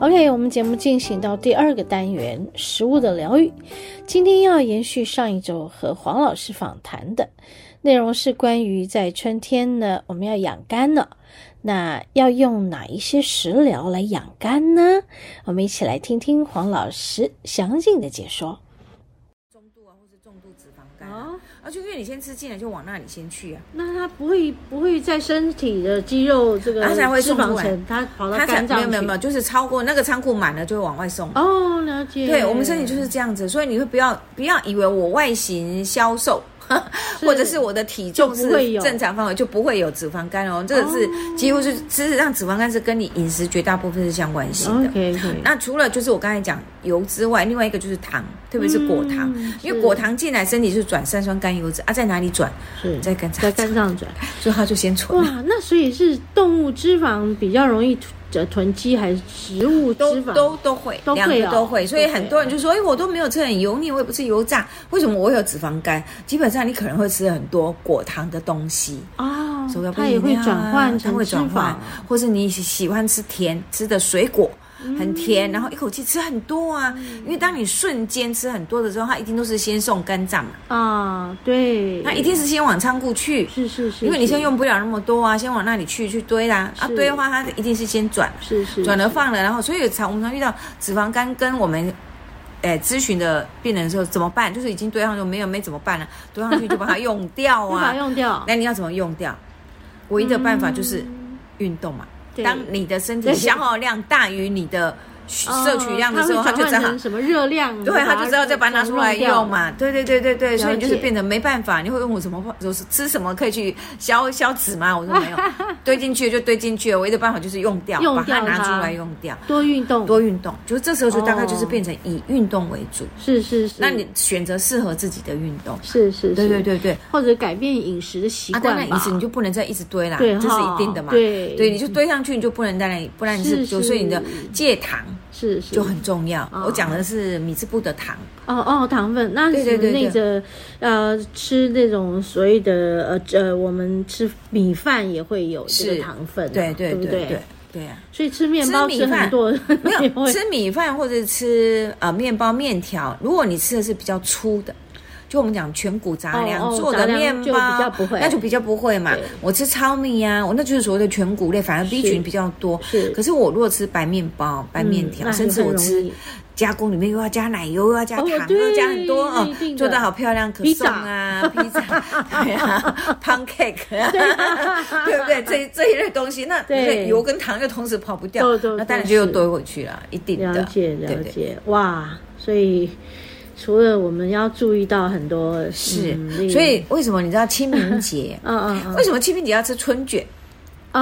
OK，我们节目进行到第二个单元——食物的疗愈。今天要延续上一周和黄老师访谈的内容，是关于在春天呢，我们要养肝了。那要用哪一些食疗来养肝呢？我们一起来听听黄老师详尽的解说。中度啊，或是重度脂肪肝啊，，啊就因为你先吃进来，就往那里先去啊，那它不会不会在身体的肌肉这个它才会脂送出肪来层，它跑到它才肝脏没去有没有没有，就是超过那个仓库满了就会往外送。哦，了解。对我们身体就是这样子，所以你会不要不要以为我外形消瘦， 或者是我的体重就不会是有正常范围，就不会有脂肪肝哦。这个是、几乎是事实上脂肪肝是跟你饮食绝大部分是相关性的。 OK OK，那除了就是我刚才讲油之外，另外一个就是糖，特别是果糖，嗯因是为果糖进来身体就转三酸甘油脂啊，在哪里转？是在肝在脏，嗯肝脏转。 所以它就先存了。哇，那所以是动物脂肪比较容易囤呃囤积，还是植物脂都肪？都都会，都会两个哦都会，所以都会很多人就说：“哎、我都没有吃很油腻，我也不吃油炸，为什么我会有脂肪肝？”基本上你可能会吃很多果糖的东西，啊手摇，它杯也饮会料啊转换它成会脂转肪换，，或是你喜喜欢吃甜吃的水果。嗯很甜，然后一口气吃很多啊，因为当你瞬间吃很多的时候，它一定都是先送肝脏嘛，啊，对，它一定是先往仓库去，是是是，因为你是现在用不了那么多啊，先往那里去去堆啦，啊是堆的话，它一定是先转是是转了放了，然后所以常我们常遇到脂肪肝跟我们。哎，咨询的病人说怎么办？就是已经堆上去没有没怎么办了、堆上去就把它用掉 就把它啊。用掉，那你要怎么用掉？唯一的办法就是嗯运动嘛。对哦当你的身体对消耗量大于你的需哦摄取量的时候，它它会就只转换好成什么热量？对，他就知道再把它拿出来用。嘛。对对对对对，所以你就是了解变得没办法，你会问我什么，我说吃什么可以去消消脂吗？我说没有， 堆进去就堆进去了，唯一的办法就是用掉，用把它掉拿它出来用掉。多运动，多运动，就是这时候就大概就是哦变成以运动为主。是是是，那你选择适合自己的运动，是是是，对对，对对。或者改变饮食的习啊，惯当然吧饮食你就不能再一直堆啦，对这是哈一定的嘛。对对，你就堆上去，你就不能再来，不然你是是就是所以你的戒糖是是就很重要。哦我讲的是米字部的糖，哦哦，糖分，那对对是对对那个呃，吃那种所谓的呃呃，我们吃米饭也会有这个是糖分、啊，对对不对对对对啊。所以吃面包吃米吃很饭多， 没也有会吃米饭或者吃呃面包面条，如果你吃的是比较粗的，就我们讲全谷杂粮哦哦做杂的粮面就包，比较不会那就比较不会嘛对。我吃糙米呀、我那就是所谓的全谷类，反而 B 是群比较多。是可是我如果吃白面包、白面条，嗯那甚至就很我容吃易加工里面又要加奶油，又要加哦糖，又对要加很多那哦一定，的做的好漂亮，可披颂萨 啊，披萨，对啊，pancake，啊 对不对？这这一类东西，那对对油跟糖又同时跑不掉都都，那都当然就又是堆回去了，一定的。了解对了对解，哇，所以除了我们要注意到很多是，嗯例？所以为什么你知道清明节 嗯嗯为什么清明节要吃春卷？嗯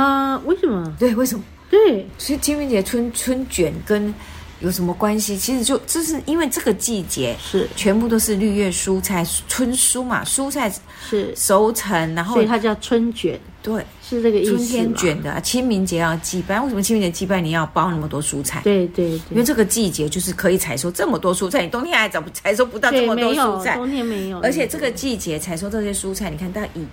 啊，为什么？对，为什么？对，所以清明节春春卷跟有什么关系？其实就就是因为这个季节是全部都是绿叶蔬菜、春蔬嘛，蔬菜是，熟成，然后所以它叫春卷，对是这个意思春吗天，卷的啊清明节要祭拜。为什么清明节祭拜你要包那么多蔬菜？对对因为对，这个季节就是可以采收这么多蔬菜，你冬天还找不采收不到这对，么多没蔬有菜，冬天没有，而且这个季节采收这些蔬菜，你看它以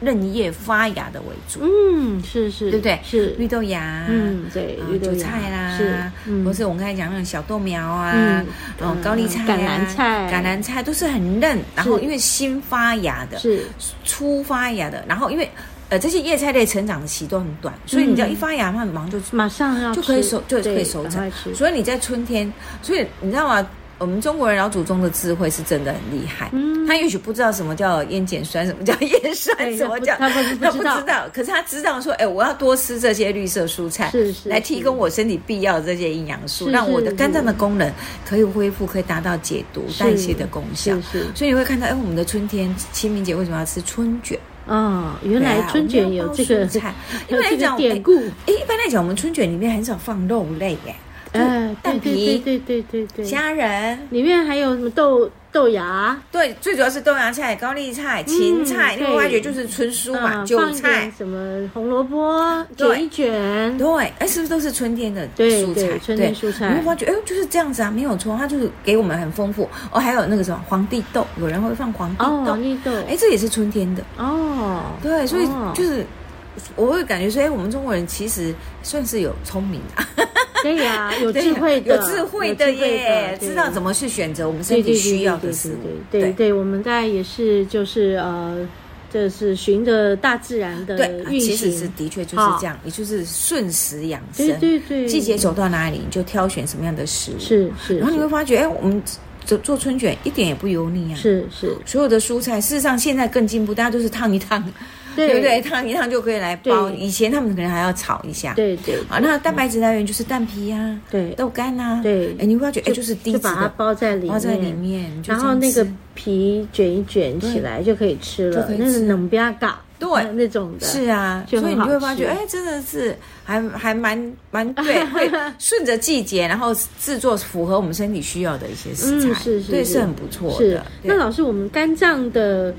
嫩叶发芽的为主，嗯是是，对不对是绿豆芽，嗯，对，啊绿豆韭芽菜啦是，，嗯或是我们刚才讲那种小豆苗啊嗯，哦嗯，高丽菜啊、橄榄菜橄榄菜都是很嫩，然后因为新发芽的、是初发芽的，然后因为呃这些叶菜类成长的期都很短，所以你只要一发芽，它马上就马上要就可以吃熟，就可对以熟赶快成。吃，所以你在春天，所以你知道吗？我们中国人老祖宗的智慧是真的很厉害。嗯他也许不知道什么叫烟碱酸，什么叫叶酸，对什么叫他不他不他不不知道知道。可是 他知道说，哎，我要多吃这些绿色蔬菜，是是来提供我身体必要的这些营养素，是让我的是肝脏的功能可以恢复，可以达到解毒是代谢的功效是。是，所以你会看到，哎，我们的春天清明节为什么要吃春卷？嗯，原对来啊春我卷们要有包这个蔬 菜，因为有这来个讲典故，哎，一般来讲，我们春卷里面很少放肉类耶。哎，对蛋皮对对对对对对，虾仁，里面还有什么豆豆芽，对，最主要是豆芽菜、高丽菜、芹菜，嗯你会发觉就是纯蔬嘛，啊韭放一菜点，什么红萝卜对卷一卷，对，哎，是不是都是春天的对蔬对菜？春天蔬菜你会发觉，哎，就是这样子啊，没有错，它就是给我们很丰富。哦，还有那个什么皇帝豆，有人会放皇帝哦，豆黄，绿豆，哎，这也是春天的。哦，对，所以哦就是。我会感觉说，哎，我们中国人其实算是有聪明的，啊对呀， 有智慧的，有智慧的耶，知道么。怎么去选择我们身对体对需要对的食物。对对对，我们大概也是就是呃，这是循着大自然的对，啊运其行，实是的确就是这样，也就是顺食养生。对对对，季节走到哪里，你就挑选什么样的食物。，是是，然后你会是发觉，哎，我们做做春卷一点也不油腻啊。，是是，所有的蔬菜，事实上现在更进步，大家都是烫一烫，对不对？烫一烫就可以来包。对以前他们可能还要炒一下。，对对啊，那蛋白质来源就是蛋皮呀、对豆干呐、对哎，你会发觉，哎，就是低就脂把它的，包在里包面，在里面，你就然这后样那个吃皮卷一卷起对来就可以吃就了，可以那是吃冷不要嘎，对那那种的，是啊，就所以很你好就会发觉，吃哎，真的是还还蛮蛮 对，会顺着季节，然后制作符合我们身体需要的一些食材，嗯是是对，是是很不错是的。，对那老师，我们肝脏的，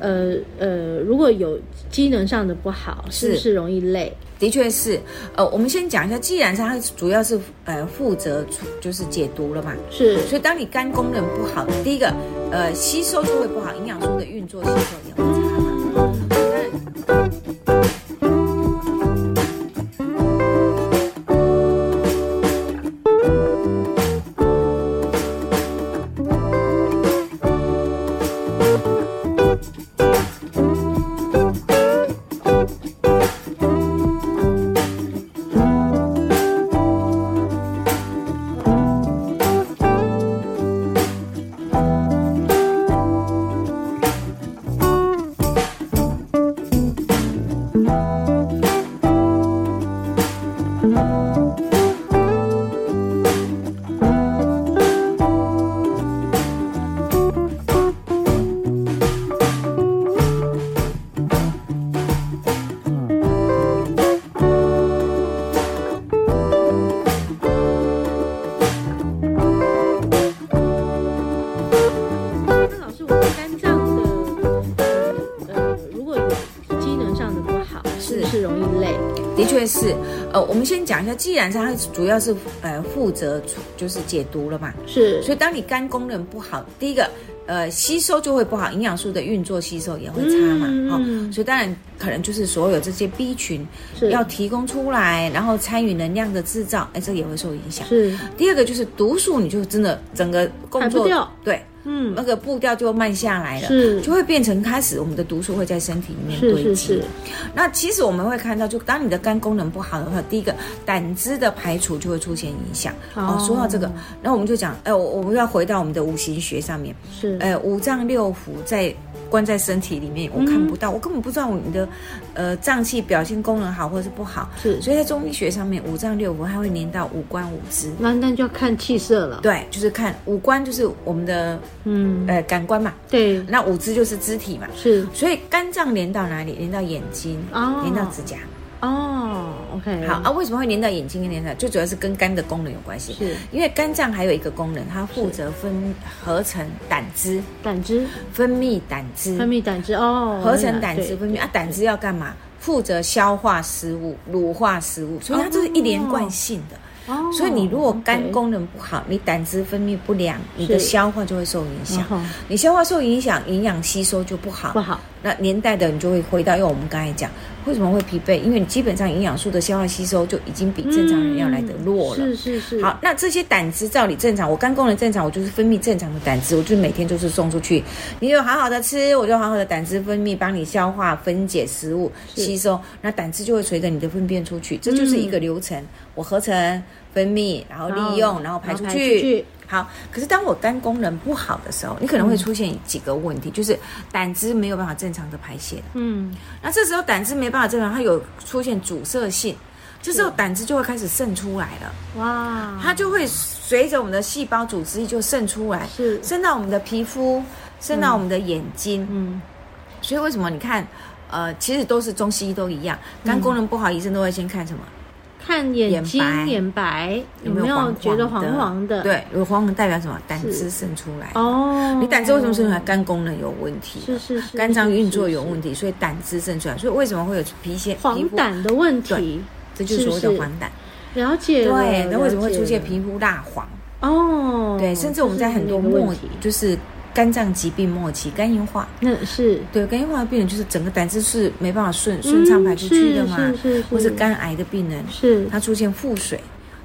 呃呃，如果有机能上的不好，是不是是容易累？的确是，呃，我们先讲一下，既然它主要是呃负责出就是解毒了嘛，是所以当你肝功能不好，第一个呃吸收就会不好，营养素的运作吸收也会差嘛。那老师，我们肝脏的呃呃，如果有机能上的不好，是不是容易累？的确是，呃，我们先讲一下，既然它主要是呃负责出就是解毒了嘛，是所以当你肝功能不好，第一个呃吸收就会不好，营养素的运作吸收也会差嘛，嗯哦，嗯所以当然可能就是所有这些 B 群是要提供出来，然后参与能量的制造，哎，这也会受影响。是，第二个就是毒素，你就真的整个工排不作掉对嗯那，个步调就慢下来了，是就会变成开始我们的毒素会在身体里面堆是积。是是，那其实我们会看到，就当你的肝功能不好的话，第一个胆汁的排除就会出现影响。哦，哦说到这个，那我们就讲，哎、我我们要回到我们的五行学上面，是呃，五脏六腑在关在身体里面，我看不到，我根本不知道你的呃脏器表现功能好或是不好。是，所以在中医学上面，五脏六腑它会连到五官五肢。那那就要看气色了。对，就是看五官，就是我们的嗯，呃感官嘛，对，那五肢就是肢体嘛，是所以肝脏连到哪里？连到眼睛，哦连到指甲。哦，OK，好，啊，为什么会连到眼睛跟连到？最主要是跟肝的功能有关系。是因为肝脏还有一个功能，它负责分合成胆汁，胆汁分泌胆汁，分泌胆汁哦，合成胆汁对分泌啊，胆汁要干嘛？负责消化食物、乳化食物，所以它这是一连贯性的。哦，所以你如果肝 OK 功能不好，你胆汁分泌不良，你的是消化就会受影响嗯。哼你消化受影响，营养吸收就不好。不好，那连带的你就会回到，因为哎我们刚才讲，为什么会疲惫？因为你基本上营养素的消化吸收就已经比正常人要来的弱了。嗯是是是，好，那这些胆汁照理正常，我肝功能正常，我就是分泌正常的胆汁，我就是每天就是送出去。你有好好的吃，我就好好的胆汁分泌，帮你消化分解食物是吸收，那胆汁就会随着你的粪便出去，这就是一个流程。我合成、分泌，然后利用，然后排出然后去。去好，可是当我肝功能不好的时候，你可嗯能会出现几个问题，就是胆汁没有办法正常的排泄了嗯，那这时候胆汁没办法正常，它有出现阻塞性，这时候胆汁就会开始渗出来了。哇，它就会随着我们的细胞组织液就渗出来，是渗到我们的皮肤，渗到我们的眼睛。嗯所以为嗯什么你看，呃，其实都是中西医都一样，肝功能不好，医生都会先看什么？看眼睛眼白眼白有有没没有有黄觉得黄黄的黄的？，对，如果黄红代表什么？胆是汁渗出来。哦，你胆汁为什么渗出来？肝功能有问题，是是是，肝脏运作有题，问题，所以胆汁渗出来。所以为什么会有皮屑？皮黄肤，疸的问题，这就是所谓是不的是黄疸。了解了对，那为什么会出现？了解了皮肤蜡黄？哦，对，甚至我们在很多这是另一个末问题，就是肝脏疾病末期，肝硬化。那是对，肝硬化的病人就是整个胆汁是没办法顺顺畅排出去的嘛，嗯是是是或是肝癌的病人，是他出现腹水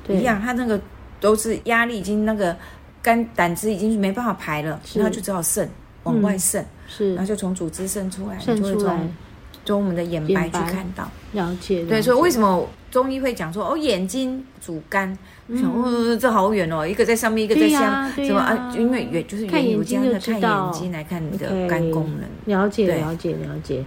对一样，他那个都是压力已经那个肝胆汁已经没办法排了，是嗯那就只好肾往外渗，是然后就从组织渗出来，渗你就会出来从，从我们的眼眼白去白看到。了解对，了所以解为什么中医会讲说哦，眼睛主肝？我想、哦，这好远哦，一个在上面，一个在嗯对呀下面，对什么呀啊？因为远就是看远眼有这睛样就的知看道眼睛来看你的 OK，肝功能。了解对了解了解，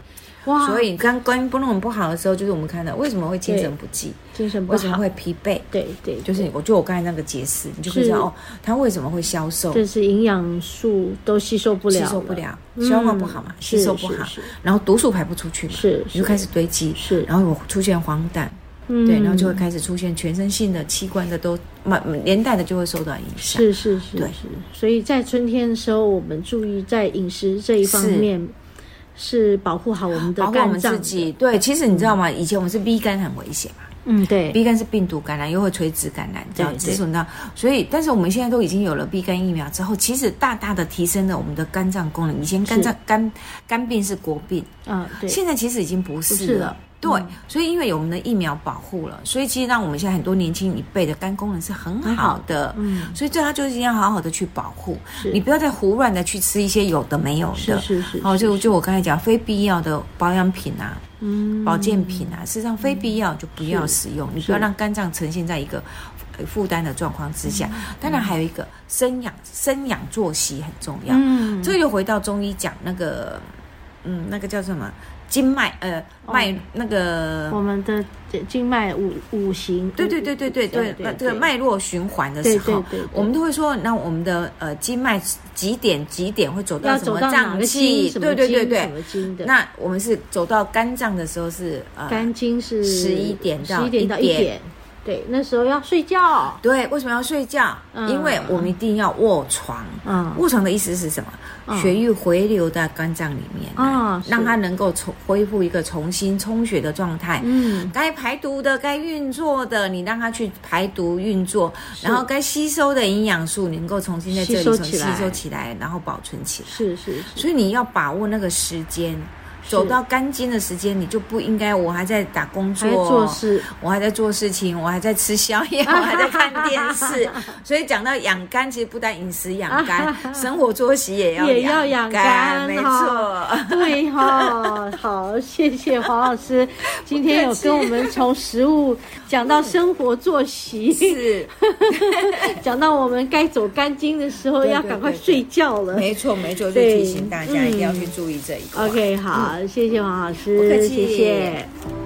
哇，所以肝肝功能不好的时候，就是我们看到为什么会精神不济，精神嗯不为什么好，会疲惫，对对，就是我就我刚才那个解释，你就可以知道是哦，它为什么会消瘦，这是营养素都吸收不了吸了，收不了，嗯消化不好嘛，吸是收不是好是，然后毒素排不出去嘛，是你就是开始堆积，是然后有出现黄疸，嗯对，然后就会开始出现全身性的器官的都，嘛连带的就会受到影响。是是是对是，所以在春天的时候，我们注意在饮食这一方是面是保护好我们的包括我肝们脏自的己，对，其实你知道吗？以前我们是 B 肝很危险嘛嗯，对， ，B 肝是病毒感染，又会垂直感染，这对样子，对你知道？所以，但是我们现在都已经有了 B 肝疫苗之后，其实大大的提升了我们的肝脏功能。以前肝脏肝肝病是国病，啊，对，现在其实已经不是不了。是嗯了对，所以因为有我们的疫苗保护了，所以其实让我们现在很多年轻一辈的肝功能是很好的。嗯，所以对它就是一定要好好的去保护，是你不要再胡乱的去吃一些有的没有是的。是是，哦，是就就我刚才讲非必要的保养品啊、嗯，保健品啊，事实上非必要就不要使用，你是不要让肝脏呈现在一个呃负担的状况之下。嗯当然还有一个生养生养作息很重要，嗯，这又回到中医讲那个，嗯，那个叫什么经脉呃脉、那个哦我。们的经脉五五行，对对对对对对，那这个脉络循环的时候对对对对，我们都会说，那我们的呃经脉几点几点会走到要什走么到哪脏个经，器？什对么对对经对什，么经的，那我们是走到肝脏的时候是呃肝经是11点到十一点到一1点点，对，那时候要睡觉，对，为什么要睡觉？嗯因为我们一定要卧床。嗯卧床的意思是什么？嗯血液回流到肝脏里面来，啊是让它能够重恢复一个重新充血的状态。嗯，该排毒的、该运作的，你让它去排毒运作，然后该吸收的营养素能够重新在这吸里收重起新来吸收起来，然后保存起来。是是是，所以你要把握那个时间，走到肝经的时间，你就不应该我还在打工还作，在做事，我还在做事情，我还在吃宵 夜，我还在看电视。所以讲到养肝，其实不单饮食养肝， 生活作息也要也要养肝没哦错。对哈、好，谢谢黄老 师，今天有跟我们从食物讲到生活作息， 是，讲到我们该走肝经的时候对对要赶快对对睡觉了。没错没错，就对提醒大家嗯一定要去注意这一块。 OK，好，谢谢黄老师，不客气谢谢。